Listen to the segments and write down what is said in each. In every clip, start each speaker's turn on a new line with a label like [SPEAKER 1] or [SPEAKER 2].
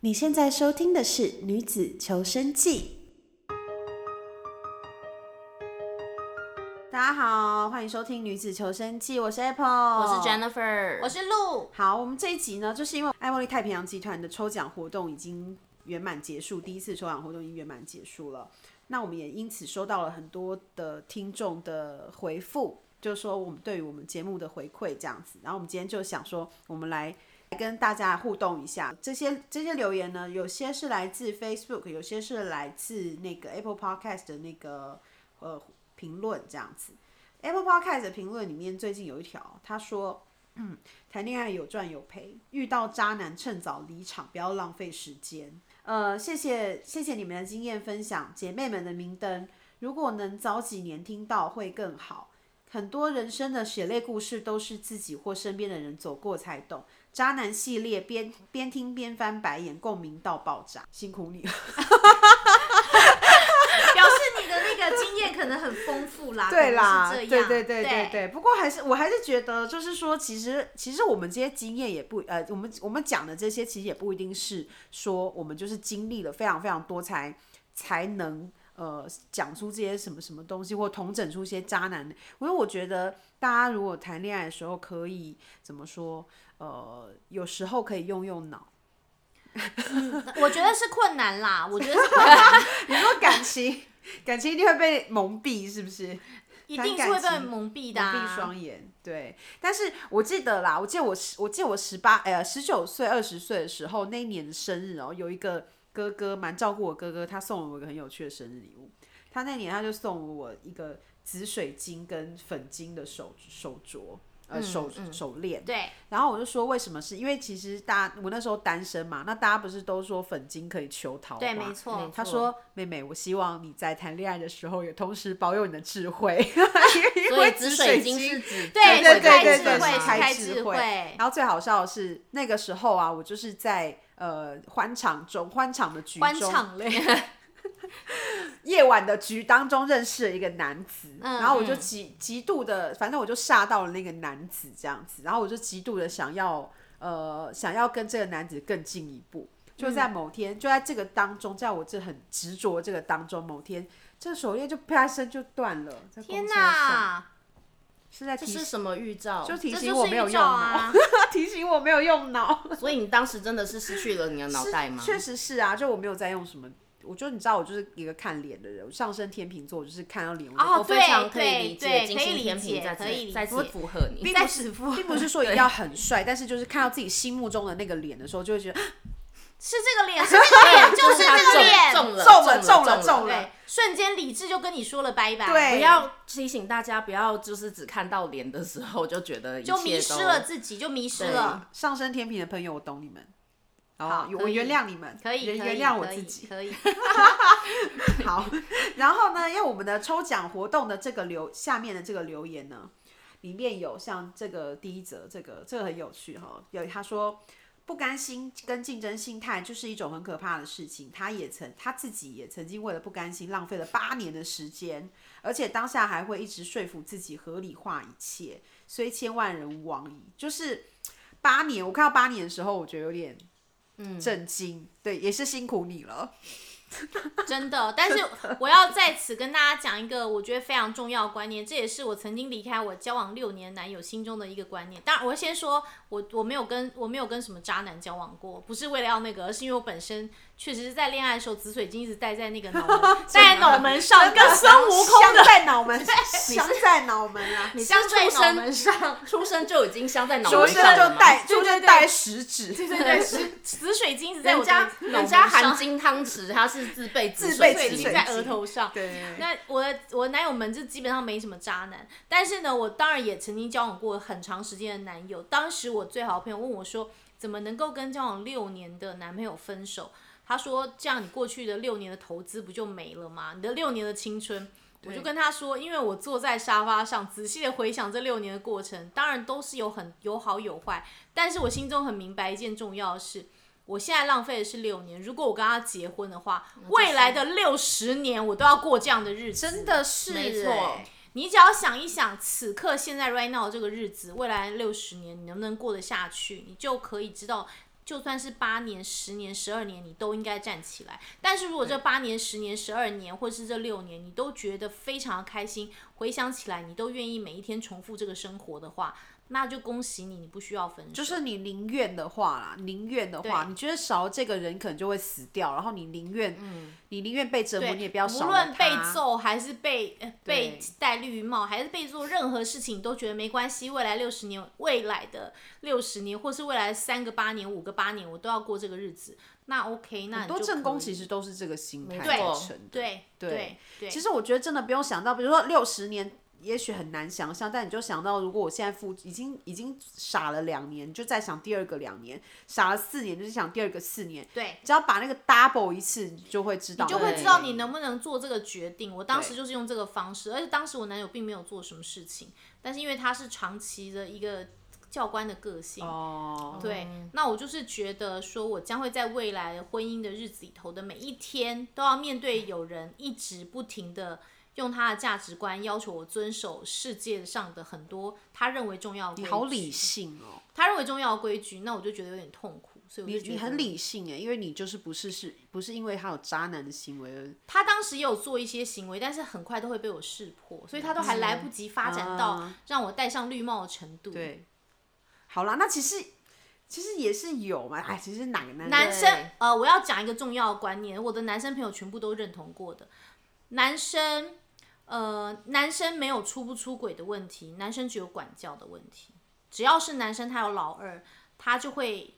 [SPEAKER 1] 你现在收听的是《女子求生记》。大家好，欢迎收听《女子求生记》，我是 Apple，
[SPEAKER 2] 我是
[SPEAKER 1] 我
[SPEAKER 2] Jennifer，
[SPEAKER 3] 哦我 是鹿，
[SPEAKER 1] 好，我们这一集呢，就是因为爱茉莉太平洋集团的抽奖活动已经圆满结束，第一次抽奖活动已经圆满结束了。那我们也因此收到了很多的听众的回复，就是说我们对于我们节目的回馈这样子。然后我们今天就想说，我们来来跟大家互动一下。这些这些留言呢，有些是来自 Facebook，有些是来自那个 Apple Podcast 的那个呃评论这样子。Apple Podcast 的评论里面最近有一条，他说。谈恋爱有赚有赔，遇到渣男趁早离场，不要浪费时间。呃，谢谢谢谢你们的经验分享，姐妹们的明灯，如果能早几年听到会更好。很多人生的血泪故事都是自己或身边的人走过才懂。渣男系列边边听边翻白眼，共鸣到爆炸，辛苦你了。
[SPEAKER 3] 表示你的那个经验可能很丰富啦，
[SPEAKER 1] 对啦，
[SPEAKER 3] 可能是啊这
[SPEAKER 1] 对
[SPEAKER 3] 样，
[SPEAKER 1] 对对对
[SPEAKER 3] 对，
[SPEAKER 1] 对。不过还是我还是觉得，就是说，其实其实我们这些经验也不呃，我们我们讲的这些其实也不一定是说我们就是经历了非常非常多才才能呃讲出这些什么什么东西，或统整出一些渣男。因为我觉得大家如果谈恋爱的时候，可以怎么说？呃，有时候可以用用脑。
[SPEAKER 3] 我觉得是困难啦，我觉得是 困难，
[SPEAKER 1] 你说感情感情一定会被蒙蔽，是不是？
[SPEAKER 3] 一定是会被蒙蔽的、啊，
[SPEAKER 1] 蒙蔽双眼。对，但是我记得啦，我记得我十，我记得我十八，呃，十九岁、二十岁的时候，那一年的生日哦，有一个哥哥蛮照顾我哥哥，他送了我一个很有趣的生日礼物。他那年他就送我一个紫水晶跟粉晶的手手镯，呃，手、手链。
[SPEAKER 3] 嗯对，
[SPEAKER 1] 然后我就说为什么是？因为其实大家我那时候单身嘛，那大家不是都说粉晶可以求桃花？
[SPEAKER 3] 对没错
[SPEAKER 2] 没错
[SPEAKER 1] 哎他说：“妹妹，我希望你在谈恋爱的时候，也同时保有你的智慧，因
[SPEAKER 2] 所以
[SPEAKER 1] 为
[SPEAKER 2] 紫
[SPEAKER 1] 水
[SPEAKER 2] 水晶是指
[SPEAKER 3] 对
[SPEAKER 1] 对对对
[SPEAKER 3] 是
[SPEAKER 1] 对，
[SPEAKER 3] 开智慧
[SPEAKER 1] 是
[SPEAKER 3] 是
[SPEAKER 1] 开
[SPEAKER 3] 开
[SPEAKER 1] 智
[SPEAKER 3] 智
[SPEAKER 1] 慧
[SPEAKER 3] 慧。
[SPEAKER 1] 然后最好笑的是，那个时候啊，我就是在呃欢场中欢场的局
[SPEAKER 3] 欢
[SPEAKER 1] 中，
[SPEAKER 3] 场类，
[SPEAKER 1] 夜晚的局当中认识了一个男子，
[SPEAKER 3] 嗯
[SPEAKER 1] 然后我就
[SPEAKER 3] 嗯
[SPEAKER 1] 极极度的，反正我就吓到了那个男子这样子，然后我就极度的想要呃想要跟这个男子更进一步。就在
[SPEAKER 3] 嗯
[SPEAKER 1] 某天，就在这个当中，在我这很执着这个当中，某天这手链就啪一声就断了。在公
[SPEAKER 3] 天
[SPEAKER 1] 车上！
[SPEAKER 3] 哪，
[SPEAKER 1] 是在
[SPEAKER 2] 这
[SPEAKER 1] 提
[SPEAKER 2] 是
[SPEAKER 1] 醒，
[SPEAKER 2] 什么预兆？
[SPEAKER 1] 就提
[SPEAKER 3] 这
[SPEAKER 1] 醒
[SPEAKER 3] 就
[SPEAKER 1] 我
[SPEAKER 3] 是
[SPEAKER 1] 没有
[SPEAKER 3] 预
[SPEAKER 1] 用
[SPEAKER 3] 兆
[SPEAKER 1] 脑，
[SPEAKER 3] 啊！
[SPEAKER 1] 提醒我没有用脑。
[SPEAKER 2] 所以你当时真的是失去了你的脑袋吗？
[SPEAKER 1] 确实是啊，就我没有在用什么。我觉得你知道，我就是一个看脸的人。我上升天秤座，我就是看到脸，我
[SPEAKER 3] 啊
[SPEAKER 1] 就哦
[SPEAKER 2] 我非常
[SPEAKER 3] 对
[SPEAKER 2] 可以理解，
[SPEAKER 3] 对
[SPEAKER 2] 金
[SPEAKER 3] 可以
[SPEAKER 2] 星
[SPEAKER 3] 理
[SPEAKER 2] 天平
[SPEAKER 3] 解
[SPEAKER 2] 再
[SPEAKER 3] 可以
[SPEAKER 2] 次
[SPEAKER 3] 理
[SPEAKER 2] 再次
[SPEAKER 3] 解
[SPEAKER 2] 符合你。
[SPEAKER 3] 在死付
[SPEAKER 1] 并不 是说一定要很帅，但是就是看到自己心目中的那个脸的时候，就会 觉得
[SPEAKER 3] 是这个脸，是那个脸，就是
[SPEAKER 2] 他
[SPEAKER 3] 那个脸，
[SPEAKER 2] 中了，
[SPEAKER 1] 中
[SPEAKER 2] 中
[SPEAKER 1] 了中
[SPEAKER 2] 中
[SPEAKER 1] 了中
[SPEAKER 2] 中
[SPEAKER 1] 了
[SPEAKER 3] 对，瞬间理智就跟你说了拜拜，
[SPEAKER 1] 对
[SPEAKER 2] 不要提醒大家，不要就是只看到脸的时候就觉得一切
[SPEAKER 3] 就
[SPEAKER 2] 都
[SPEAKER 3] 迷失了自己，就迷失了，
[SPEAKER 1] 啊上升天平的朋友，我懂你们。
[SPEAKER 3] 好
[SPEAKER 1] 好，
[SPEAKER 3] 可
[SPEAKER 1] 我
[SPEAKER 3] 以
[SPEAKER 1] 原谅你们，
[SPEAKER 3] 可以，
[SPEAKER 1] 原
[SPEAKER 3] 可以
[SPEAKER 1] 原谅我
[SPEAKER 3] 可以
[SPEAKER 1] 自己。
[SPEAKER 3] 可以。
[SPEAKER 1] 好， 然后呢，因为我们的抽奖活动的这个留下面的这个留言呢，里面有像这个第一则，这个这个很有趣哈、有他说不甘心跟竞争心态就是一种很可怕的事情，他也曾他自己也曾经为了不甘心浪费了八年的时间，而且当下还会一直说服自己合理化一切，虽千万人吾往矣，就是。八年，我看到八年的时候，我觉得有点震惊，对，也是辛苦你了。
[SPEAKER 3] 真的，但是我要在此跟大家讲一个我觉得非常重要的观念，这也是我曾经离开我交往六年的男友心中的一个观念。当然，我会先说我我没有跟我没有跟什么渣男交往过，不是为了要那个，而是因为我本身确实是在恋爱的时候紫水晶一直戴在那个脑门，戴在脑门上，
[SPEAKER 1] 真的
[SPEAKER 3] 跟孙悟空
[SPEAKER 1] 镶在脑门，镶在脑门 啊！
[SPEAKER 2] 你
[SPEAKER 3] 镶
[SPEAKER 2] 像
[SPEAKER 3] 在
[SPEAKER 2] 出
[SPEAKER 3] 脑
[SPEAKER 2] 生
[SPEAKER 3] 门 上。
[SPEAKER 2] 出生就已经镶在脑
[SPEAKER 1] 出
[SPEAKER 2] 门
[SPEAKER 1] 生
[SPEAKER 2] 上了
[SPEAKER 1] 就
[SPEAKER 2] 吗
[SPEAKER 1] 带，
[SPEAKER 3] 对
[SPEAKER 1] 出
[SPEAKER 3] 对
[SPEAKER 1] 生
[SPEAKER 3] 对
[SPEAKER 1] 带食指，
[SPEAKER 3] 对对对，紫紫水晶一直在
[SPEAKER 2] 人
[SPEAKER 3] 我的
[SPEAKER 2] 家
[SPEAKER 3] 脑门
[SPEAKER 2] 人家含
[SPEAKER 3] 上
[SPEAKER 2] 金汤匙，他是自备紫
[SPEAKER 1] 自备
[SPEAKER 2] 水
[SPEAKER 3] 水
[SPEAKER 1] 紫
[SPEAKER 2] 晶
[SPEAKER 3] 晶在额头上。
[SPEAKER 1] 对对对
[SPEAKER 3] 那我的我男友们就基本上没什么渣男，但是呢，我当然也曾经交往过很长时间的男友。当时我最好的朋友问我说，怎么能够跟交往六年的男朋友分手？他说，这样你过去的六年的投资不就没了吗？你的六年的青春。我就跟他说，因为我坐在沙发上，仔细的回想这六年的过程，当然都是有很有好有坏，但是我心中很明白一件重要的事，我现在浪费的是六年。如果我跟他结婚的话，未来的六十年我都要过这样的日子。
[SPEAKER 1] 真，的是
[SPEAKER 2] 没错
[SPEAKER 1] 欸
[SPEAKER 3] 你只要想一想，此刻现在 right now 这个日子，未来六十年你能不能过得下去，你就可以知道就算是八年、十年、十二年，你都应该站起来。但是如果这八年、十年、十二年，或是这六年，你都觉得非常的开心，回想起来你都愿意每一天重复这个生活的话，那就恭喜你，你不需要分手。
[SPEAKER 1] 就是你宁愿的话啦，宁愿的话，
[SPEAKER 3] 对
[SPEAKER 1] 你觉得少了这个人可能就会死掉，然后你宁愿，你宁愿被折磨，
[SPEAKER 3] 嗯对，
[SPEAKER 1] 你也不要少
[SPEAKER 3] 无
[SPEAKER 1] 了
[SPEAKER 3] 论被
[SPEAKER 1] 他。
[SPEAKER 3] 揍还是被呃被
[SPEAKER 2] 对
[SPEAKER 3] 戴绿帽，还是被做任何事情，你都觉得没关系。未来六十年，未来的六十年，或是未来三个八年、五个八年，我都要过这个日子。那 OK，那
[SPEAKER 1] 很多正宫其实都是这个心态
[SPEAKER 2] 没
[SPEAKER 1] 造
[SPEAKER 2] 错
[SPEAKER 1] 成的。
[SPEAKER 3] 对
[SPEAKER 1] 对
[SPEAKER 3] 对对，
[SPEAKER 1] 其实我觉得真的不用想到，比如说六十年，也许很难想象，但你就想到，如果我现在付已经已经傻了两年，你就再想第二个两年，傻了四年，就是想第二个四年，
[SPEAKER 3] 对。
[SPEAKER 1] 只要把那个 double 一次，你就会知道，
[SPEAKER 3] 就会
[SPEAKER 2] 对
[SPEAKER 3] 知道你能不能做这个决定。我当时
[SPEAKER 1] 对
[SPEAKER 3] 就是用这个方式，而且当时我男友并没有做什么事情，但是因为他是长期的一个教官的个性，
[SPEAKER 1] 哦，
[SPEAKER 3] 对，那我就是觉得说，我将会在未来的婚姻的日子里头的每一天，都要面对有人一直不停的用他的价值观要求我遵守世界上的很多他认为重要的规矩，
[SPEAKER 1] 好理性哦，
[SPEAKER 3] 他认为重要的规矩，那我就觉得有点痛苦，所以我
[SPEAKER 1] 你
[SPEAKER 3] 就觉得
[SPEAKER 1] 你很理性哎，因为你就是不是是不是因为他有渣男的行为而
[SPEAKER 3] 他当时也有做一些行为，但是很快都会被我识破，所以
[SPEAKER 1] 嗯
[SPEAKER 3] 他都还来不及发展到
[SPEAKER 1] 啊
[SPEAKER 3] 让我戴上绿帽的程度。
[SPEAKER 1] 对，好啦，那其实其实也是有嘛，哎，其实哪个男
[SPEAKER 3] 男
[SPEAKER 1] 人
[SPEAKER 3] 生，呃，我要讲一个重要的观念，我的男生朋友全部都认同过的。男生，呃，男生没有出不出轨的问题，男生只有管教的问题。只要是男生，他有老二，他就会，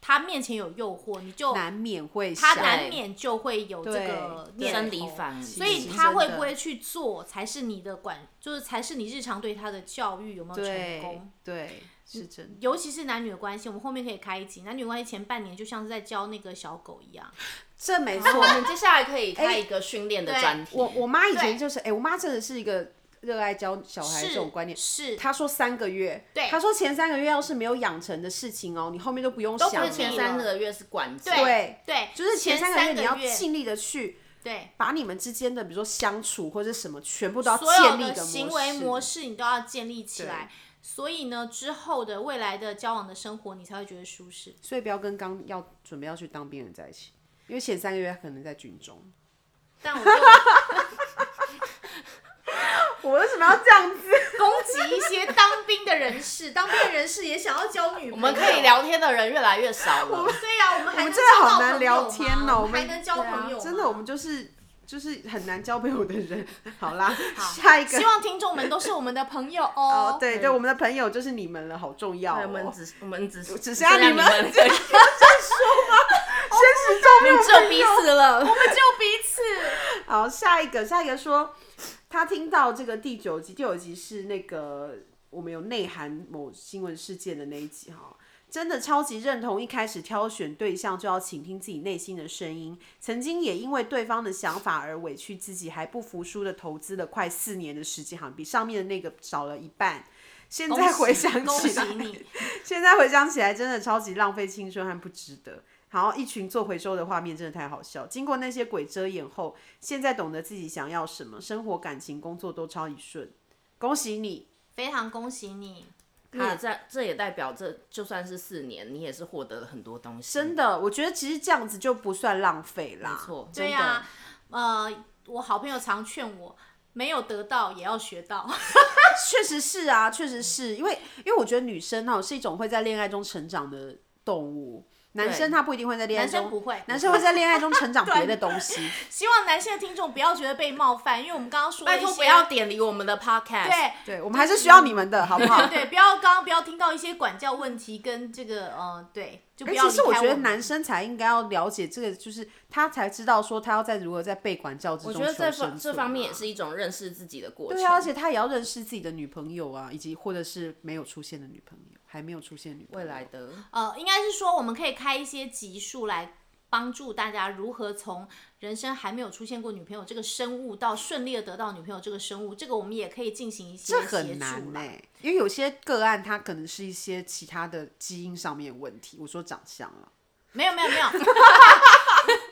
[SPEAKER 3] 他面前有诱惑，你就
[SPEAKER 1] 难免会
[SPEAKER 3] 他
[SPEAKER 1] 想
[SPEAKER 3] 难免就会有这
[SPEAKER 1] 对
[SPEAKER 3] 个
[SPEAKER 1] 对
[SPEAKER 3] 念
[SPEAKER 2] 生
[SPEAKER 3] 头
[SPEAKER 2] 理反应，所
[SPEAKER 3] 所以
[SPEAKER 1] 是
[SPEAKER 3] 他
[SPEAKER 1] 真
[SPEAKER 3] 会
[SPEAKER 1] 的
[SPEAKER 3] 不会去做，才是你的管，就是才是你日常对他的教育有没有成
[SPEAKER 1] 对
[SPEAKER 3] 功。
[SPEAKER 1] 对是真的。
[SPEAKER 3] 尤其是男女的关系，我们后面可以开一集。男女关系前半年就像是在教那个小狗一样，
[SPEAKER 1] 这没
[SPEAKER 2] 那我
[SPEAKER 1] 错。
[SPEAKER 2] 们接下来可以开一个训练的专题。
[SPEAKER 1] 我我妈以前
[SPEAKER 3] 对
[SPEAKER 1] 就是，哎、我妈真的是一个热爱教小孩哎这
[SPEAKER 3] 是
[SPEAKER 1] 种观念。
[SPEAKER 3] 是
[SPEAKER 1] 她说三个月，
[SPEAKER 3] 对
[SPEAKER 1] 她说前三个月要是没有养成的事情哦，你后面都不用想
[SPEAKER 2] 不
[SPEAKER 1] 了。
[SPEAKER 2] 是前三个月是管教，
[SPEAKER 1] 对
[SPEAKER 3] 对，
[SPEAKER 1] 就是前三
[SPEAKER 3] 三
[SPEAKER 1] 个月你要
[SPEAKER 3] 月
[SPEAKER 1] 尽力的去
[SPEAKER 3] 对
[SPEAKER 1] 把你们之间的，比如说相处或者什么，全部都要
[SPEAKER 3] 所有
[SPEAKER 1] 建立
[SPEAKER 3] 的
[SPEAKER 1] 个
[SPEAKER 3] 行为模
[SPEAKER 1] 式。
[SPEAKER 3] 式你都要建立起来。所以呢，之后的未来的交往的生活，你才会觉得舒适。
[SPEAKER 1] 所以不要跟刚要准备要去当兵的人在一起，因为前三个月他可能在军中。
[SPEAKER 3] 但我就
[SPEAKER 1] 我为什么要这样子？
[SPEAKER 3] 攻击一些当兵的人士，当兵的人士也想要交女朋友。
[SPEAKER 2] 我们可以聊天的人越来越少了。
[SPEAKER 3] 对呀、我们还
[SPEAKER 1] 我
[SPEAKER 3] 能
[SPEAKER 1] 们真的
[SPEAKER 3] 交
[SPEAKER 1] 好
[SPEAKER 3] 到
[SPEAKER 1] 难
[SPEAKER 3] 朋
[SPEAKER 1] 聊
[SPEAKER 3] 友
[SPEAKER 1] 天
[SPEAKER 3] 吗
[SPEAKER 1] 哦，
[SPEAKER 3] 我
[SPEAKER 1] 我
[SPEAKER 3] 们还
[SPEAKER 1] 们
[SPEAKER 3] 能交
[SPEAKER 1] 对啊
[SPEAKER 3] 朋友吗
[SPEAKER 1] 真的，我们就是就是很难交朋友的人。 好啦，下一个
[SPEAKER 3] 希望听众们都是我们的朋友
[SPEAKER 1] 哦
[SPEAKER 3] 哦，。
[SPEAKER 1] 对对，我们的朋友就是你们了，好重要、哦。
[SPEAKER 2] 我们只我们只
[SPEAKER 1] 只
[SPEAKER 2] 只
[SPEAKER 1] 剩下 你们
[SPEAKER 2] 们对，
[SPEAKER 1] 现实中没有
[SPEAKER 2] 只有彼此了。
[SPEAKER 3] 我们只有彼 此。
[SPEAKER 1] 好，下一个，下一个说，他听到这个第九集，第九集是那个我们有内涵某新闻事件的那一集哈。真的超级认同，一开始挑选对象就要倾听自己内心的声音。曾经也因为对方的想法而委屈自己，还不服输的投资了快四年的时间，好像比上面的那个少了一半。现在回想
[SPEAKER 3] 恭
[SPEAKER 1] 起
[SPEAKER 3] 喜
[SPEAKER 1] 来，
[SPEAKER 3] 你，
[SPEAKER 1] 现在回想起来，真的超级浪费青春和不值得。然后一群做回收的画面真的太好笑。经过那些鬼遮眼后，现在懂得自己想要什么，生活、感情、工作都超一顺。恭喜你！
[SPEAKER 3] 非常恭喜你。
[SPEAKER 2] 那也在， 这也代表这就算是四年，你也是获得了很多东西。
[SPEAKER 1] 真的，我觉得其实这样子就不算浪费啦。
[SPEAKER 2] 没错
[SPEAKER 1] 真
[SPEAKER 3] 对
[SPEAKER 1] 的。
[SPEAKER 3] 呀、呃，我好朋友常劝我，没有得到也要学 到。
[SPEAKER 1] 确实是啊，确实是因为因为我觉得女生哦是一种会在恋爱中成长的动物，男生他不一定会在恋爱
[SPEAKER 3] 男
[SPEAKER 1] 中
[SPEAKER 3] 生不会，
[SPEAKER 1] 嗯男生会在恋爱中成长别的东 西。
[SPEAKER 3] 希望男性的听众不要觉得被冒犯，因为我们刚刚说了
[SPEAKER 2] 拜
[SPEAKER 3] 一
[SPEAKER 2] 托
[SPEAKER 3] 些
[SPEAKER 2] 不要点离我们的 podcast。
[SPEAKER 3] 对。
[SPEAKER 1] 对我们还是需要你们的，好不好？
[SPEAKER 3] 对，不要刚刚不要听到一些管教问题跟这个，呃，对，就不
[SPEAKER 1] 哎
[SPEAKER 3] 要。
[SPEAKER 1] 其实我觉得男，生才应该要了解这个，就是他才知道说他要在如何在被管教之中
[SPEAKER 2] 我觉得
[SPEAKER 1] 求
[SPEAKER 2] 这
[SPEAKER 1] 生存
[SPEAKER 2] 方这方面也
[SPEAKER 1] 啊
[SPEAKER 2] 是一种认识自己的过程。
[SPEAKER 1] 对啊，而且他也要认识自己的女朋友啊，以及或者是没有出现的女朋友，还没有出现的女朋
[SPEAKER 2] 未
[SPEAKER 1] 友
[SPEAKER 2] 来的
[SPEAKER 1] 哦
[SPEAKER 3] 呃，应该是说我们可以开一些集数来帮助大家如何从人生还没有出现过女朋友这个生物，到顺利的得到女朋友这个生物，这个我们也可以进行一些
[SPEAKER 1] 这
[SPEAKER 3] 协
[SPEAKER 1] 很
[SPEAKER 3] 助
[SPEAKER 2] 啊
[SPEAKER 1] 难呢、欸
[SPEAKER 3] 啦。
[SPEAKER 1] 因为有些个案他可能是一些其他的基因上面的问题，我说长相了，
[SPEAKER 3] 没有没 有没有。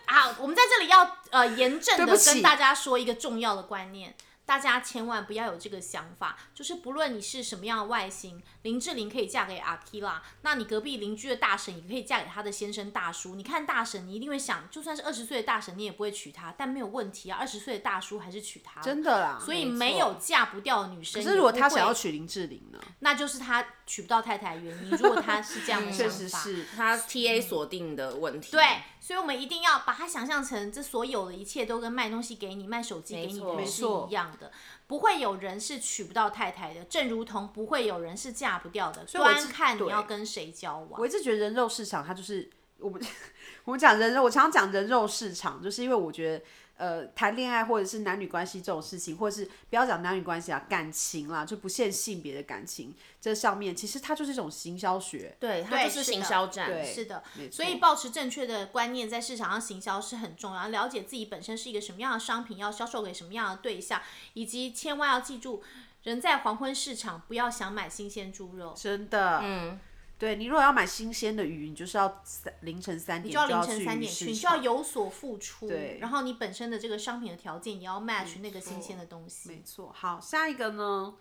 [SPEAKER 3] 啊，我们在这里要呃严正
[SPEAKER 1] 对不
[SPEAKER 3] 的
[SPEAKER 1] 起
[SPEAKER 3] 跟大家说一个重要的观念，大家千万不要有这个想法，就是不论你是什么样的外形，林志玲可以嫁给阿 k 拉，那你隔壁邻居的大婶也可以嫁给她的先生大叔。你看大婶，你一定会想，就算是二十岁的大婶，你也不会娶她，但没有问题啊，二十岁的大叔还是娶她了。
[SPEAKER 1] 真的啦。所
[SPEAKER 3] 所以
[SPEAKER 2] 没
[SPEAKER 3] 没
[SPEAKER 2] 错
[SPEAKER 3] 有嫁不掉的女生，
[SPEAKER 1] 可是如果
[SPEAKER 3] 也不
[SPEAKER 1] 他
[SPEAKER 3] 会
[SPEAKER 1] 想要，娶林志玲呢？
[SPEAKER 3] 那就是她娶不到太太的原因。如果她是这样 的想
[SPEAKER 1] 确
[SPEAKER 3] 法，
[SPEAKER 1] 实是。
[SPEAKER 2] 他 TA 锁定的问题。
[SPEAKER 3] 对，所以我们一定要把它想象成这所有的一切都跟卖东西给你、卖手机给你
[SPEAKER 2] 没错
[SPEAKER 3] 的
[SPEAKER 2] 没
[SPEAKER 3] 人是
[SPEAKER 1] 错
[SPEAKER 3] 一样的，不会有人是娶不到太太的，正如同不会有人是嫁不掉的，
[SPEAKER 1] 以我
[SPEAKER 3] 端
[SPEAKER 1] 知
[SPEAKER 3] 看你
[SPEAKER 1] 对
[SPEAKER 3] 要跟谁交
[SPEAKER 1] 我
[SPEAKER 3] 往。
[SPEAKER 1] 一直觉得人肉市场它就是我们 我们讲人肉，我常讲人肉市场，就是因为我觉得呃谈恋爱或者是男女关系这种事情，或者是不要讲男女关系啊，感情啦，就不限性别的感情，这上面其实它就是一种行销学。
[SPEAKER 2] 对，他
[SPEAKER 3] 对
[SPEAKER 2] 就是
[SPEAKER 3] 是的
[SPEAKER 2] 行销站。
[SPEAKER 1] 对
[SPEAKER 3] 是的
[SPEAKER 1] 没，错
[SPEAKER 3] 所以保持正确的观念，在市场上行销是很重要。了解自己本身是一个什么样的商品，要销售给什么样的对象，以及千万要记住，人在黄昏市场不要想买新鲜猪肉，
[SPEAKER 1] 真的，
[SPEAKER 2] 嗯，
[SPEAKER 1] 对你如果要买新鲜的鱼，你就是要三凌晨三点
[SPEAKER 3] 就要凌
[SPEAKER 1] 去
[SPEAKER 3] 晨三
[SPEAKER 1] 鱼
[SPEAKER 3] 点
[SPEAKER 1] 市
[SPEAKER 3] 去，你就
[SPEAKER 1] 场
[SPEAKER 3] 要有所付出
[SPEAKER 1] 对，
[SPEAKER 3] 然后你本身的这个商品的条件也要 match 那个新鲜的东
[SPEAKER 1] 没
[SPEAKER 3] 西。
[SPEAKER 1] 错，好，下一个呢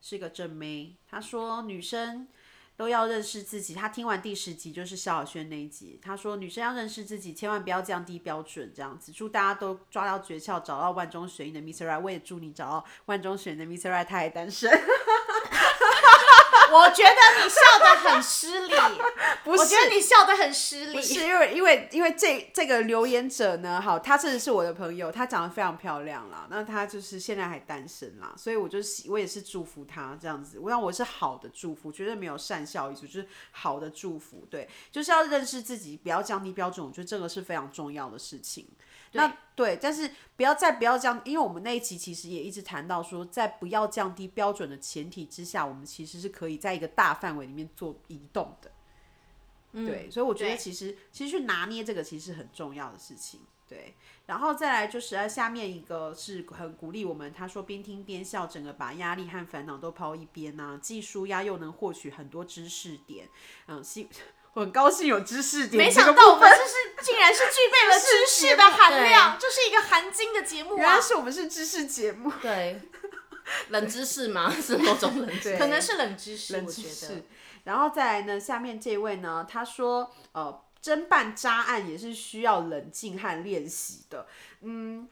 [SPEAKER 1] 是一个正妹，她说女生都要认识自己。她听完第十集就是萧亚轩那一集，她说女生要认识自己，千万不要降低标准，这样子。祝大家都抓到诀窍，找到万中选一的 Mr. Right。我也祝你找到万中选一的 Mr. Right，他还单身。
[SPEAKER 3] 我觉得你笑得很失礼，
[SPEAKER 1] 不
[SPEAKER 3] 我觉得你笑得很失
[SPEAKER 1] 不是
[SPEAKER 3] 礼。
[SPEAKER 1] 因为因为因为这这个留言者呢，好，她真的是我的朋友，她长得非常漂亮啦，那她就是现在还单身啦，所以我就喜我也是祝福她这样子，我让我是好的祝福，绝对没有善效一组，就是好的祝福，对，就是要认识自己，不要降低标准，我觉得这个是非常重要的事情。那对，但是不要再不要降，因为我们那一期其实也一直谈到说，在不要降低标准的前提之下，我们其实是可以在一个大范围里面做移动的。对，所以我觉得
[SPEAKER 3] 对
[SPEAKER 1] 其实其实去拿捏这个其实是很重要的事情。对，然后再来就是呃下面一个是很鼓励我们，他说边听边笑，整个把压力和烦恼都抛一边呐、啊，既舒压又能获取很多知识点。嗯，希 我很高兴有知识点，
[SPEAKER 3] 没想到我们这是竟然是具备了知识的含量，这是一个含金的节目
[SPEAKER 1] 原来
[SPEAKER 3] 啊，
[SPEAKER 1] 是我们是知识节 目。
[SPEAKER 2] 对，冷知识吗？是某种冷知
[SPEAKER 1] 对
[SPEAKER 2] 识？
[SPEAKER 3] 可能是冷知识，
[SPEAKER 1] 冷
[SPEAKER 3] 我
[SPEAKER 1] 知
[SPEAKER 3] 觉
[SPEAKER 1] 识
[SPEAKER 3] 得。。
[SPEAKER 1] 然后再来呢，下面这位呢，他说，呃，侦办渣案也是需要冷静和练习的。嗯，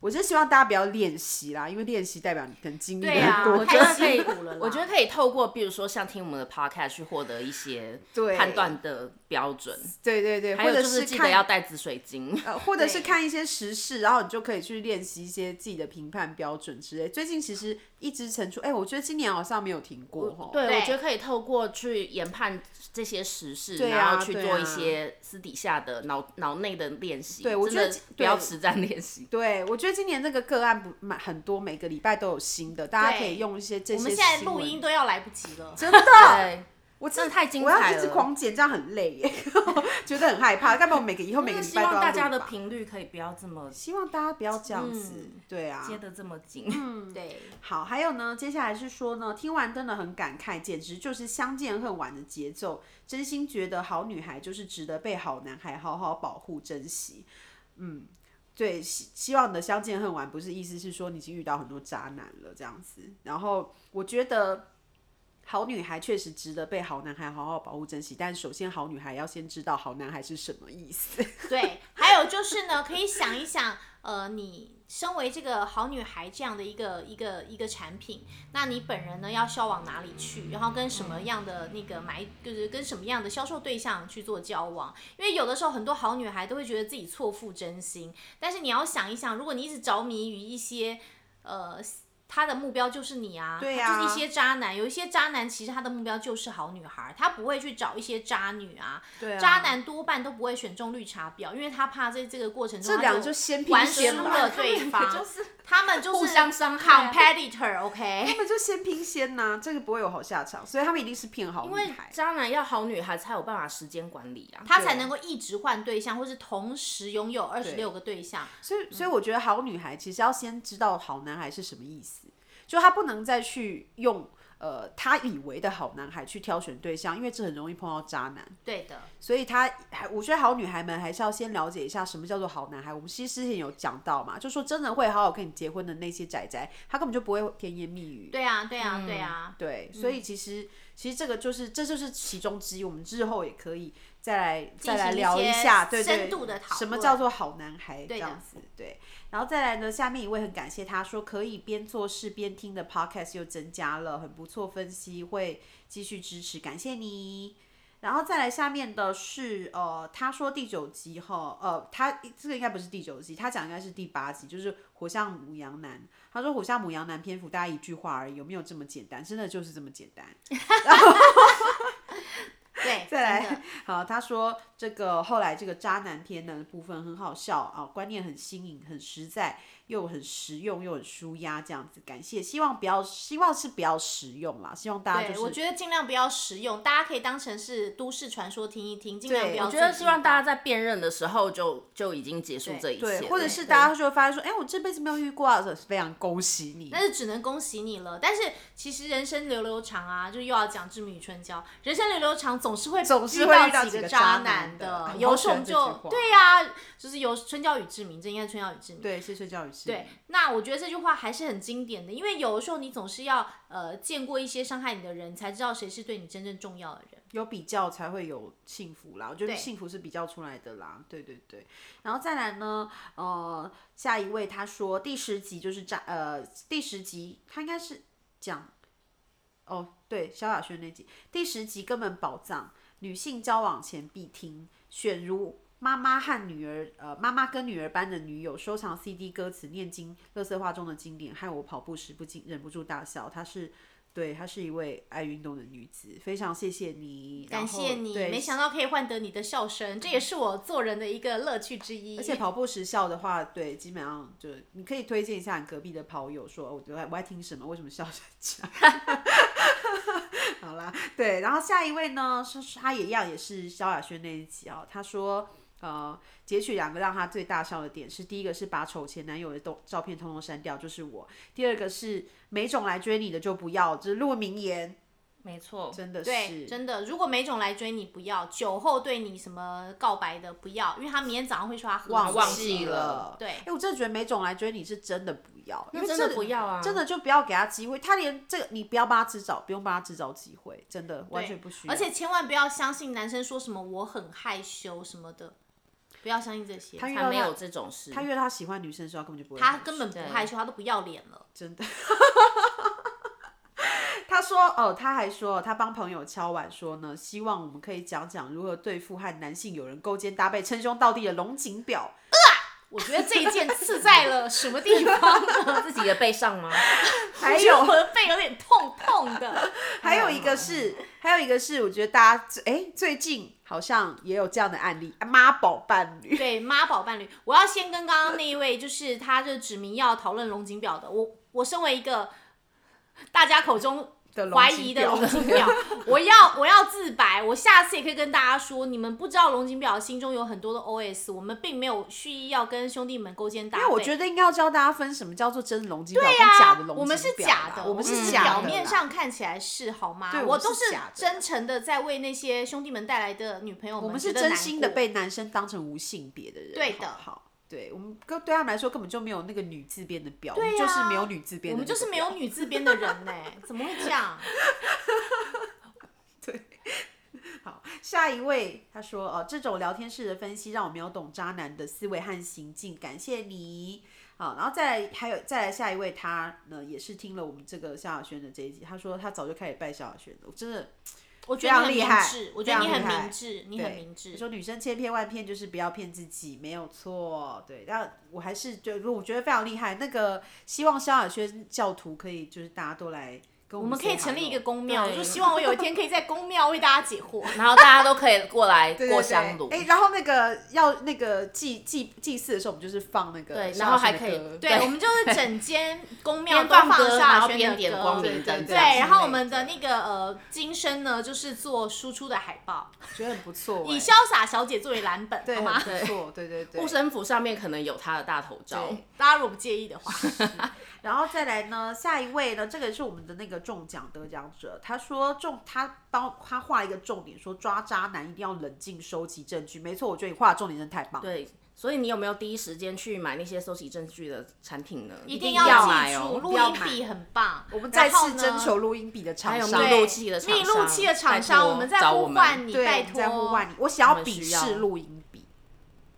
[SPEAKER 1] 我是希望大家不要练习啦，因为练习代表你可能经历
[SPEAKER 3] 对
[SPEAKER 1] 了
[SPEAKER 3] 呀、
[SPEAKER 1] 很多。
[SPEAKER 3] 啊，
[SPEAKER 2] 我觉得
[SPEAKER 3] 太辛苦了啦。
[SPEAKER 2] 我觉得可以透过，比如说像听我们的 podcast 去获得一些
[SPEAKER 1] 对
[SPEAKER 2] 判断的标准，
[SPEAKER 1] 对对对，
[SPEAKER 2] 还
[SPEAKER 1] 或
[SPEAKER 2] 有
[SPEAKER 1] 者
[SPEAKER 2] 就是记得
[SPEAKER 1] 看
[SPEAKER 2] 要带紫水晶。
[SPEAKER 1] 呃，或者是
[SPEAKER 3] 对
[SPEAKER 1] 看一些时事，然后你就可以去练习一些自己的评判标准之类。最近其实一直层出，哎、我觉得今年好像没有停过哈。
[SPEAKER 2] 对，
[SPEAKER 3] 对
[SPEAKER 2] 我觉得可以透过去研判这些时事，
[SPEAKER 1] 对啊
[SPEAKER 2] 然后去
[SPEAKER 1] 对
[SPEAKER 2] 做
[SPEAKER 1] 啊
[SPEAKER 2] 一些私底下的脑脑内的练习。
[SPEAKER 1] 对我
[SPEAKER 2] 真
[SPEAKER 1] 觉得
[SPEAKER 2] 的
[SPEAKER 1] 这
[SPEAKER 2] 不要
[SPEAKER 1] 对
[SPEAKER 2] 实战练习。
[SPEAKER 1] 对，我觉得今年这个个案不蛮很多，每个礼拜都有新的，大家可以
[SPEAKER 3] 对
[SPEAKER 1] 用一些这些。
[SPEAKER 3] 我们现在录音，都要来不及了。
[SPEAKER 1] 真的，
[SPEAKER 2] 对，
[SPEAKER 1] 我
[SPEAKER 2] 真的太精
[SPEAKER 1] 我要
[SPEAKER 2] 彩
[SPEAKER 1] 一直
[SPEAKER 2] 了。
[SPEAKER 1] 狂剪，这样很累耶， 觉得很害怕。干嘛我每个以后每个
[SPEAKER 2] 那
[SPEAKER 1] 礼
[SPEAKER 2] 希
[SPEAKER 1] 拜都
[SPEAKER 2] 望
[SPEAKER 1] 要
[SPEAKER 2] 大
[SPEAKER 1] 录
[SPEAKER 2] 家的
[SPEAKER 1] 吧嗯
[SPEAKER 2] 频率可以不要这么
[SPEAKER 1] 希望大家不要这样子，
[SPEAKER 3] 嗯
[SPEAKER 1] 对啊。
[SPEAKER 2] 接的这么紧。
[SPEAKER 1] 嗯
[SPEAKER 3] 对，
[SPEAKER 1] 好，还有呢，接下来是说呢，听完真的很感慨，简直就是相见恨晚的节奏。真心觉得好女孩就是值得被好男孩好好保护珍惜。嗯，对，希希望你的相见恨晚不是意思是说你已经遇到很多渣男了这样子。然后我觉得。好女孩确实值得被好男孩好好保护珍惜，但首先好女孩要先知道好男孩是什么意思。
[SPEAKER 3] 对，还有就是呢，可以想一想，呃，你身为这个好女孩这样的一个一个一个产品，那你本人呢要销往哪里去，然后跟什么样的那个买，就是跟什么样的销售对象去做交往？因为有的时候很多好女孩都会觉得自己错付真心，但是你要想一想，如果你一直着迷于一些，呃。他的目标就是你啊，
[SPEAKER 1] 对
[SPEAKER 3] 呀、
[SPEAKER 1] 啊
[SPEAKER 3] 就是一些渣男，有一些渣男其实他的目标就是好女孩，他不会去找一些渣女啊，
[SPEAKER 1] 对啊，
[SPEAKER 3] 渣 男多半都不会选中绿茶婊，因为他怕在这个过程中
[SPEAKER 1] 这
[SPEAKER 3] 他
[SPEAKER 1] 两个就先拼
[SPEAKER 3] 玩
[SPEAKER 1] 先
[SPEAKER 3] 输
[SPEAKER 1] 吧
[SPEAKER 3] 了对方，他们就是
[SPEAKER 2] 互
[SPEAKER 1] 啊
[SPEAKER 2] 相伤害
[SPEAKER 3] competitor，OK，、
[SPEAKER 1] 他们就先拼先呐、这个不会有好下场，所以他们一定是骗好
[SPEAKER 2] 因
[SPEAKER 1] 女
[SPEAKER 2] 为
[SPEAKER 1] 孩。
[SPEAKER 2] 渣男要好女孩才有办法时间管理啊。
[SPEAKER 3] 他才能够一直换对象，或是同时拥有二十六个对象。
[SPEAKER 1] 所以，所以我觉得好女孩其实要先知道好男孩是什么意思，就她不能再去用呃他以为的好男孩去挑选对象，因为这很容易碰到渣男。
[SPEAKER 3] 对的，
[SPEAKER 1] 所以他还，我觉得好女孩们还是要先了解一下什么叫做好男孩。我们其实之前有讲到嘛，就说真的会好好跟你结婚的那些仔仔，他根本就不会甜言蜜语。
[SPEAKER 3] 对啊，对啊，对啊，
[SPEAKER 1] 嗯对，所以其实、其实这个就是这就是其中之一。我们日后也可以再来再来聊一下，
[SPEAKER 3] 进
[SPEAKER 1] 对
[SPEAKER 3] 行一些
[SPEAKER 1] 对，
[SPEAKER 3] 深度的讨论
[SPEAKER 1] 什么叫做好男孩这
[SPEAKER 3] 的
[SPEAKER 1] 样子，对。然后再来呢，下面一位很感谢他说可以边做事边听的 podcast 又增加了，很不错，分析会继续支持，感谢你。然后再来下面的是，呃，他说第九集哈，呃，他这个应该不是第九集，他讲应该是第八集，就是《火象母羊男》。他说《火象母羊男》篇幅大概一句话而已，有没有这么简单？真的就是这么简单。
[SPEAKER 3] 对，
[SPEAKER 1] 再
[SPEAKER 3] 真 的
[SPEAKER 1] 来，好，他说这个后来这个渣男篇呢部分很好笑啊，观念很新颖，很实在，又很实用，又很舒压，这样子。感谢，希望不要，希望是不要实用啦，希望大家
[SPEAKER 3] 对，
[SPEAKER 1] 就是
[SPEAKER 3] 我觉得尽量不要实用，大家可以当成是都市传说听一听，尽量
[SPEAKER 1] 对
[SPEAKER 3] 不要
[SPEAKER 1] 我
[SPEAKER 3] 自己
[SPEAKER 2] 觉
[SPEAKER 3] 知道。
[SPEAKER 2] 得希望大家在辨认的时候就就已经结束这一切了，
[SPEAKER 1] 对，或者是
[SPEAKER 3] 对
[SPEAKER 1] 大家就会发现说，哎、我这辈子没有遇过啊，非常恭喜你。
[SPEAKER 3] 但是只能恭喜你了。但是其实人生流流长啊，就又要讲《志明与春娇》，人生流流长总是会
[SPEAKER 1] 总是会遇到
[SPEAKER 3] 几
[SPEAKER 1] 几个
[SPEAKER 3] 个
[SPEAKER 1] 渣
[SPEAKER 3] 渣
[SPEAKER 1] 男的
[SPEAKER 3] 的
[SPEAKER 1] 我，
[SPEAKER 3] 有
[SPEAKER 1] 好喜
[SPEAKER 3] 种
[SPEAKER 1] 欢这
[SPEAKER 3] 就
[SPEAKER 1] 句话
[SPEAKER 3] 对呀、就是有春娇与志明，这应该是春娇与志明。
[SPEAKER 1] 对，谢谢教育师。
[SPEAKER 3] 对，那我觉得这句话还是很经典的，因为有的时候你总是要呃见过一些伤害你的人，才知道谁是对你真正重要的人。
[SPEAKER 1] 有比较才会有幸福啦。我觉得
[SPEAKER 3] 对
[SPEAKER 1] 幸福是比较出来的啦。对对对，然后再来呢，呃，下一位他说第十集就是炸，呃，第十集他应该是讲，哦，对，萧亚轩那集，第十集根本宝藏，女性交往前必听，选如。妈妈和女儿，呃，妈妈跟女儿般的女友收藏 CD 歌词、念经、乐色话中的经典，害我跑步时不禁忍不住大笑。她是对，她是一位爱运动的女子，非常谢谢你，然
[SPEAKER 3] 感
[SPEAKER 1] 后
[SPEAKER 3] 谢你，
[SPEAKER 1] 对
[SPEAKER 3] 没想到可以换得你的笑声，这也是我做人的一个乐趣之一。
[SPEAKER 1] 而且跑步时笑的话，对，基本上就是你可以推荐一下你隔壁的跑友说，哦我我在我在听什么，为什么笑成这样？ 好啦，对，然后下一位呢，是是他也一样，也是萧亚轩那一集哦，他说。呃，截取两个让他最大笑的点是，第一个是把丑前男友的都照片通通删掉，就是我；第二个是每种来追你的就不要，这是陆名言，
[SPEAKER 2] 没错，
[SPEAKER 1] 真的
[SPEAKER 3] 对，
[SPEAKER 1] 是，
[SPEAKER 3] 真的，如果每种来追你不要，酒后对你什么告白的不要，因为他明天早上会说他喝
[SPEAKER 1] 忘
[SPEAKER 3] 醉
[SPEAKER 2] 忘记
[SPEAKER 1] 了
[SPEAKER 2] 了。
[SPEAKER 3] 对
[SPEAKER 1] 哎、我真的觉得每种来追你是真的不要，因
[SPEAKER 2] 那
[SPEAKER 1] 为
[SPEAKER 2] 真的不要啊
[SPEAKER 1] 真的就不要给他机会，他连这个你不要帮他制造，不用帮他制造机会，真的完全不需要。
[SPEAKER 3] 而且千万不要相信男生说什么我很害羞什么的，不要相信这些，
[SPEAKER 1] 遇
[SPEAKER 2] 还
[SPEAKER 1] 到
[SPEAKER 2] 没
[SPEAKER 1] 他
[SPEAKER 2] 有这种事，
[SPEAKER 1] 他因为他喜欢女生的时候，他根本就不会害羞，
[SPEAKER 3] 他根本不
[SPEAKER 2] 对
[SPEAKER 3] 害羞，他都不要脸了。
[SPEAKER 1] 真的。他说：“哦，他还说，他帮朋友敲碗说呢，希望我们可以讲讲如何对付和男性友人勾肩搭背、称兄道弟的龙井表。
[SPEAKER 3] 我觉得这一件刺在 了什么地方呢？
[SPEAKER 2] 自己的背上吗？
[SPEAKER 1] 还
[SPEAKER 3] 我觉得
[SPEAKER 1] 有啊
[SPEAKER 3] 我的背有点痛痛的。
[SPEAKER 1] 还有一个是，还有一个是，我觉得大家最哎、最近好像也有这样的案例，妈宝伴侣。
[SPEAKER 3] 对妈宝伴侣，我要先跟刚刚那一位，就是他就指明要讨论龙井表的，我我身为一个大家口中
[SPEAKER 1] 的龙
[SPEAKER 3] 怀
[SPEAKER 1] 井
[SPEAKER 3] 疑的
[SPEAKER 1] 表
[SPEAKER 3] 龙井 表，我要我要自白，我下次也可以跟大家说，你们不知道龙井表心中有很多的 OS，我们并没有蓄意要跟兄弟们勾肩搭背，
[SPEAKER 1] 因为我觉得应该要教大家分什么叫做真龙金表跟
[SPEAKER 3] 对
[SPEAKER 1] 假
[SPEAKER 3] 啊
[SPEAKER 1] 的龙金表啦。
[SPEAKER 3] 我们是假的，
[SPEAKER 1] 我们
[SPEAKER 2] 我们
[SPEAKER 1] 是嗯
[SPEAKER 2] 是
[SPEAKER 1] 假的啦，
[SPEAKER 3] 表面上看起来是好吗
[SPEAKER 1] 对？我
[SPEAKER 3] 我
[SPEAKER 1] 们是
[SPEAKER 3] 都是
[SPEAKER 1] 假的
[SPEAKER 3] 真诚的在为那些兄弟们带来的女朋友
[SPEAKER 1] 我
[SPEAKER 3] 们
[SPEAKER 1] 们
[SPEAKER 3] 觉
[SPEAKER 1] 是
[SPEAKER 3] 得
[SPEAKER 1] 真
[SPEAKER 3] 难
[SPEAKER 1] 心的
[SPEAKER 3] 过
[SPEAKER 1] 被男生当成无性别的人，
[SPEAKER 3] 对
[SPEAKER 1] 好
[SPEAKER 3] 的
[SPEAKER 1] 不好，对我们跟对他们来说根本就没有那个女字边的表，我
[SPEAKER 3] 对
[SPEAKER 1] 们
[SPEAKER 3] 呀
[SPEAKER 1] 就是没有女字边
[SPEAKER 3] 我
[SPEAKER 1] 的那
[SPEAKER 3] 们
[SPEAKER 1] 个表，
[SPEAKER 3] 就是没有女字边的人呢、怎么会这样？
[SPEAKER 1] 好，下一位他说，呃，这种聊天式的分析让我秒懂渣男的思维和行径，感谢你。好，然后再来还有再来下一位，他呢也是听了我们这个萧亚轩的这一集，他说他早就开始拜萧亚轩了，我真的
[SPEAKER 3] 我觉得你
[SPEAKER 1] 非
[SPEAKER 3] 很明
[SPEAKER 1] 常厉害
[SPEAKER 3] 智，我觉得你
[SPEAKER 1] 非
[SPEAKER 3] 很
[SPEAKER 1] 常厉害
[SPEAKER 3] 明智，你很明
[SPEAKER 1] 你
[SPEAKER 3] 智。
[SPEAKER 1] 说女生啊千骗万骗，就是不要骗自己，没有错。对，但我还是觉得，我觉得非常厉害。那个希望萧亚轩教徒可以，就是大家都来跟我
[SPEAKER 3] 我
[SPEAKER 1] 们
[SPEAKER 3] 们
[SPEAKER 1] say
[SPEAKER 3] 可
[SPEAKER 1] hello，
[SPEAKER 3] 以成立一个公庙，我
[SPEAKER 2] 对
[SPEAKER 3] 就希望我有一天可以在公庙为大家解 惑。
[SPEAKER 2] 然后大家都可以过来
[SPEAKER 1] 对对对
[SPEAKER 2] 过香炉，
[SPEAKER 1] 哎、然后那个要那个祭祭祭祀的时候，我们就是放那个
[SPEAKER 2] 对
[SPEAKER 1] 萧亚轩的
[SPEAKER 2] 然后还可以
[SPEAKER 1] 歌
[SPEAKER 3] 对，我们就是 整间公庙
[SPEAKER 2] 边
[SPEAKER 3] 都
[SPEAKER 2] 放
[SPEAKER 3] 萧
[SPEAKER 2] 歌然
[SPEAKER 3] 亚
[SPEAKER 2] 后
[SPEAKER 3] 轩
[SPEAKER 2] 边
[SPEAKER 3] 的
[SPEAKER 2] 点
[SPEAKER 3] 歌
[SPEAKER 2] 光
[SPEAKER 1] 对
[SPEAKER 2] 明
[SPEAKER 1] 对对
[SPEAKER 2] 灯这
[SPEAKER 3] 对，
[SPEAKER 2] 样之类的，
[SPEAKER 3] 然后我们的那个呃今生呢，就是做输出的海报，
[SPEAKER 1] 觉得很不错、
[SPEAKER 3] 以
[SPEAKER 1] 哎
[SPEAKER 3] 潇洒小姐作为蓝本，
[SPEAKER 1] 对
[SPEAKER 3] 好
[SPEAKER 1] 很
[SPEAKER 3] 吗？
[SPEAKER 1] 不错，对对对
[SPEAKER 2] 护。身符上面可能有他的大头照，
[SPEAKER 1] 对
[SPEAKER 3] 大家如果不介意的话，
[SPEAKER 1] 然后再来呢，下一位呢，这个是我们的那个个中奖得奖者，他说重他帮他画一个重点，说抓渣男一定要冷静收集证据。没错，我觉得你画的重点真的太棒。
[SPEAKER 2] 对，所以你有没有第一时间去买那些收集证据的产品呢？一
[SPEAKER 3] 一定
[SPEAKER 2] 要
[SPEAKER 3] 记
[SPEAKER 2] 买
[SPEAKER 3] 住，
[SPEAKER 2] 哦，
[SPEAKER 3] 录
[SPEAKER 2] 一定要
[SPEAKER 3] 音
[SPEAKER 2] 买
[SPEAKER 3] 笔很棒。我们
[SPEAKER 1] 再次征求录音笔的厂
[SPEAKER 2] 有
[SPEAKER 1] 商，
[SPEAKER 2] 密
[SPEAKER 3] 对
[SPEAKER 2] 录器的厂商
[SPEAKER 3] 密录器的厂
[SPEAKER 2] 拜
[SPEAKER 3] 商，
[SPEAKER 2] 托
[SPEAKER 3] 我们在
[SPEAKER 2] 找我
[SPEAKER 3] 呼
[SPEAKER 2] 们
[SPEAKER 3] 唤你，
[SPEAKER 1] 对
[SPEAKER 3] 拜
[SPEAKER 1] 我们在呼
[SPEAKER 3] 托。
[SPEAKER 1] 唤你，我想要
[SPEAKER 2] 们
[SPEAKER 1] 笔
[SPEAKER 2] 需要
[SPEAKER 1] 试录音笔，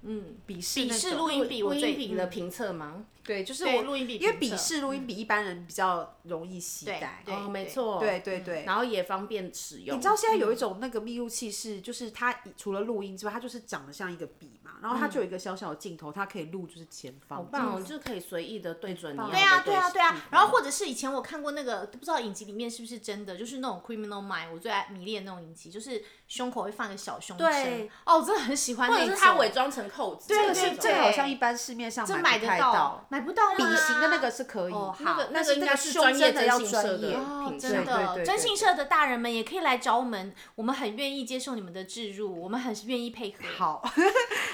[SPEAKER 3] 嗯，
[SPEAKER 1] 笔试那
[SPEAKER 3] 笔试
[SPEAKER 1] 种
[SPEAKER 3] 录音笔我
[SPEAKER 2] 录
[SPEAKER 3] 最
[SPEAKER 2] 音笔的评测吗？
[SPEAKER 1] 对，就是
[SPEAKER 3] 对
[SPEAKER 1] 我
[SPEAKER 3] 录音笔
[SPEAKER 1] 因为
[SPEAKER 3] 评
[SPEAKER 1] 笔
[SPEAKER 3] 测
[SPEAKER 1] 试录音笔一般人比较容易携
[SPEAKER 3] 对
[SPEAKER 1] 带，嗯
[SPEAKER 3] 对
[SPEAKER 2] 哦，没错，
[SPEAKER 1] 对对对。
[SPEAKER 2] 然后也嗯方便使用。
[SPEAKER 1] 你知道现在有一种那个密录器是，就是它一除了录音之外，它就是长得像一个笔嘛，然后它就有一个小小的镜头，它可以录就是前方。好
[SPEAKER 2] 棒哦，就可以随意的对准你要的
[SPEAKER 3] 对啊，对啊，
[SPEAKER 2] 象
[SPEAKER 3] 对
[SPEAKER 1] 嗯
[SPEAKER 3] 啊。然后或者是以前我看过那个，不知道影集里面是不是真的，就是那种 Criminal Mind，我最爱迷恋那种影集，就是胸口会放个小胸针
[SPEAKER 2] 对。
[SPEAKER 3] 哦，我真的很喜欢那
[SPEAKER 2] 或
[SPEAKER 3] 一
[SPEAKER 2] 者
[SPEAKER 3] 种。
[SPEAKER 2] 是它伪装成扣子，
[SPEAKER 1] 这个
[SPEAKER 3] 对
[SPEAKER 1] 是
[SPEAKER 2] 种
[SPEAKER 1] 这个好像一般市面上
[SPEAKER 3] 这
[SPEAKER 1] 买
[SPEAKER 3] 买
[SPEAKER 1] 不
[SPEAKER 3] 得
[SPEAKER 1] 太
[SPEAKER 3] 到，
[SPEAKER 2] 啊
[SPEAKER 3] 买不到吗
[SPEAKER 1] 笔型的那个是可以，
[SPEAKER 3] 哦
[SPEAKER 2] 那个
[SPEAKER 3] 好
[SPEAKER 2] 那个应该是
[SPEAKER 1] 胸
[SPEAKER 2] 专业
[SPEAKER 1] 针的要
[SPEAKER 2] 征信社
[SPEAKER 1] 专
[SPEAKER 2] 的
[SPEAKER 1] 业
[SPEAKER 3] 哦，
[SPEAKER 2] 品质
[SPEAKER 1] 对
[SPEAKER 3] 真
[SPEAKER 1] 对
[SPEAKER 3] 的，
[SPEAKER 1] 对
[SPEAKER 3] 征
[SPEAKER 1] 对
[SPEAKER 3] 信社的大人们也可以来找我们，我们很愿意接受你们的置入，我们很愿意配合。
[SPEAKER 1] 好，好，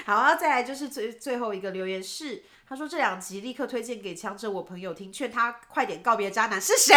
[SPEAKER 1] 然后再来就是最最后一个留言是，他说这两集立刻推荐给强者我朋友听，劝他快点告别渣男是 谁？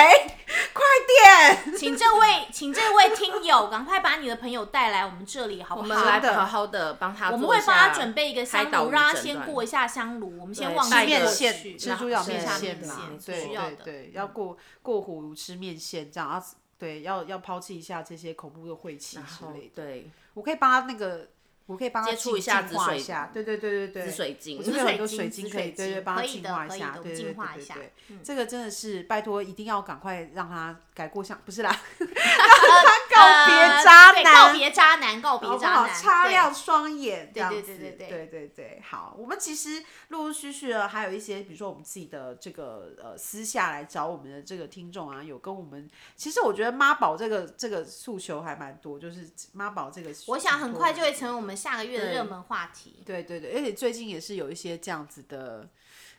[SPEAKER 1] 快点！
[SPEAKER 3] 请这位，请这位听友赶快把你的朋友带来我们这里，好不
[SPEAKER 2] 我
[SPEAKER 3] 好？
[SPEAKER 2] 们来
[SPEAKER 1] 的
[SPEAKER 2] 好好的帮他，
[SPEAKER 3] 我
[SPEAKER 2] 我
[SPEAKER 3] 们会帮他准备一个香炉，让他先过一
[SPEAKER 2] 下。
[SPEAKER 3] 下香炉。我们先
[SPEAKER 2] 对
[SPEAKER 3] 忘记
[SPEAKER 2] 吃面
[SPEAKER 3] 过
[SPEAKER 2] 线
[SPEAKER 3] 去
[SPEAKER 1] 吃
[SPEAKER 2] 吃
[SPEAKER 1] 猪
[SPEAKER 2] 猪
[SPEAKER 1] 脚
[SPEAKER 2] 脚
[SPEAKER 1] 面
[SPEAKER 2] 面
[SPEAKER 1] 线
[SPEAKER 2] 线
[SPEAKER 1] 啦
[SPEAKER 2] 啦，
[SPEAKER 1] 对
[SPEAKER 3] 需要
[SPEAKER 1] 对
[SPEAKER 3] 的嗯
[SPEAKER 1] 对，要过过火吃面线这样，要对要要抛弃一下这些恐怖的晦气之
[SPEAKER 2] 哦
[SPEAKER 1] 类的。
[SPEAKER 2] 对，
[SPEAKER 1] 我可以帮他那个，我可以帮他
[SPEAKER 2] 接触
[SPEAKER 1] 净
[SPEAKER 2] 一下
[SPEAKER 1] 净
[SPEAKER 2] 紫
[SPEAKER 1] 化
[SPEAKER 2] 水
[SPEAKER 1] 一下，对对对对对，
[SPEAKER 2] 紫水晶
[SPEAKER 1] 我这边有很多
[SPEAKER 3] 紫
[SPEAKER 1] 水
[SPEAKER 3] 水晶
[SPEAKER 1] 晶
[SPEAKER 3] 紫
[SPEAKER 1] 可以
[SPEAKER 3] 水
[SPEAKER 1] 对对
[SPEAKER 3] 晶
[SPEAKER 1] 帮他
[SPEAKER 3] 可以
[SPEAKER 1] 净
[SPEAKER 3] 的
[SPEAKER 1] 化一
[SPEAKER 3] 可以
[SPEAKER 1] 下
[SPEAKER 3] 的，我
[SPEAKER 1] 对
[SPEAKER 3] 们
[SPEAKER 1] 对
[SPEAKER 3] 净
[SPEAKER 1] 对
[SPEAKER 3] 化
[SPEAKER 1] 对
[SPEAKER 3] 一下嗯
[SPEAKER 1] 对，这个真的是拜托一定要赶快让他改过向，不是啦，
[SPEAKER 3] 告
[SPEAKER 1] 别渣男
[SPEAKER 3] 呃告别渣男，告
[SPEAKER 1] 好
[SPEAKER 3] 别
[SPEAKER 1] 不
[SPEAKER 3] 渣
[SPEAKER 1] 好？
[SPEAKER 3] 男，
[SPEAKER 1] 哦擦
[SPEAKER 3] 对
[SPEAKER 1] 亮双眼，这样子，
[SPEAKER 3] 对对对对
[SPEAKER 1] 对对对好，我们其实陆陆续续的还有一些，比如说我们自己的这个呃私下来找我们的这个听众啊，有跟我们，其实我觉得妈宝这个这个诉求还蛮多，就是妈宝这个，
[SPEAKER 3] 我想很快就会成为我们下个月的
[SPEAKER 2] 对
[SPEAKER 3] 热门话题。
[SPEAKER 1] 对对对，而且最近也是有一些这样子的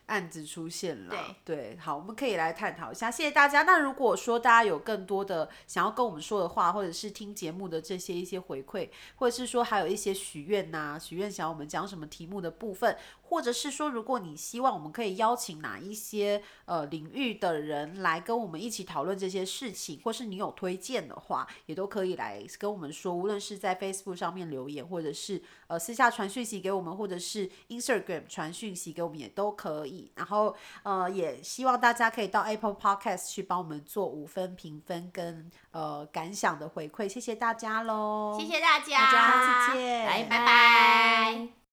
[SPEAKER 1] 案子出现了。对，好，我们可以来探讨一下。谢谢大家。那如果说大家有更多的想要跟我们说的话，或者是听节目的这些一些回馈，或者是说还有一些许愿呐、许愿想要我们讲什么题目的部分，或者是说如果你希望我们可以邀请哪一些呃领域的人来跟我们一起讨论这些事情，或是你有推荐的话，也都可以来跟我们说，无论是在 Facebook 上面留言，或者是呃私下传讯息给我们，或者是 Instagram 传讯息给我们也都可以。然后呃，也希望大家可以到 Apple Podcast 去帮我们做五分评分跟呃感想的回馈，谢谢大家喽，
[SPEAKER 3] 谢谢大家，哎
[SPEAKER 1] 大家下次见
[SPEAKER 3] 拜
[SPEAKER 1] 拜
[SPEAKER 3] 拜。